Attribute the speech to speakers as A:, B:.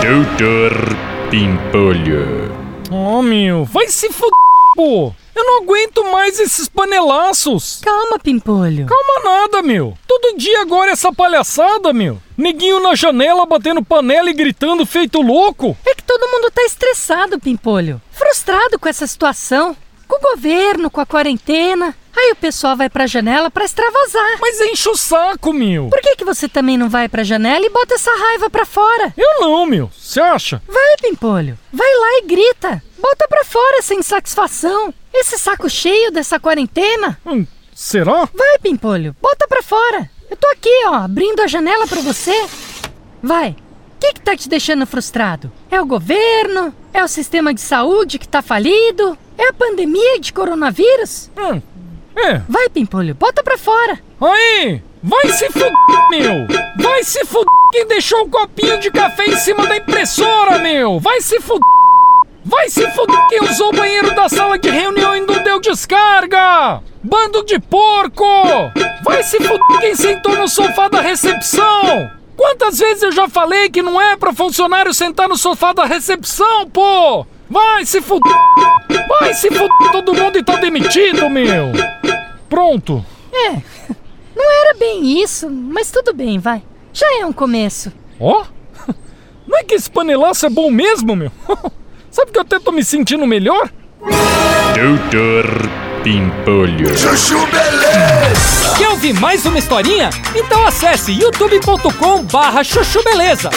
A: Doutor Pimpolho.
B: Oh, meu, vai se fuder, pô! Eu não aguento mais esses panelaços!
C: Calma, Pimpolho.
B: Calma nada, meu! Todo dia agora essa palhaçada, meu! Neguinho na janela batendo panela e gritando feito louco!
C: É que todo mundo tá estressado, Pimpolho. Frustrado com essa situação. Com o governo, com a quarentena. Aí o pessoal vai pra janela pra extravasar.
B: Mas enche o saco, meu!
C: Por que, que você também não vai pra janela e bota essa raiva pra fora?
B: Eu não, meu! Você acha?
C: Vai, Pimpolho. Vai lá e grita. Bota pra fora essa insatisfação. Esse saco cheio dessa quarentena.
B: Hum, será?
C: Vai, Pimpolho. Bota pra fora. Eu tô aqui, ó, abrindo a janela pra você. Vai. O que, que tá te deixando frustrado? É o governo? É o sistema de saúde que tá falido? É a pandemia de coronavírus?
B: Hum, é.
C: Vai, Pimpolho, bota pra fora.
B: Aí! Vai se fuder, meu! Vai se fuder quem deixou o copinho de café em cima da impressora, meu! Vai se fuder! Vai se fuder quem usou o banheiro da sala de reunião e não deu descarga! Bando de porco! Vai se fuder quem sentou no sofá da recepção! Quantas vezes eu já falei que não é pra funcionário sentar no sofá da recepção, pô! Vai se fuder! Vai se fuder todo mundo e tá demitido, meu! Pronto!
C: É, não era bem isso, mas tudo bem, vai. Já é um começo.
B: Ó? Não é que esse panelaço é bom mesmo, meu? Sabe que eu até tô me sentindo melhor?
A: Doutor Pimpolho.
B: Quer ouvir mais uma historinha? Então acesse youtube.com barra chuchu beleza.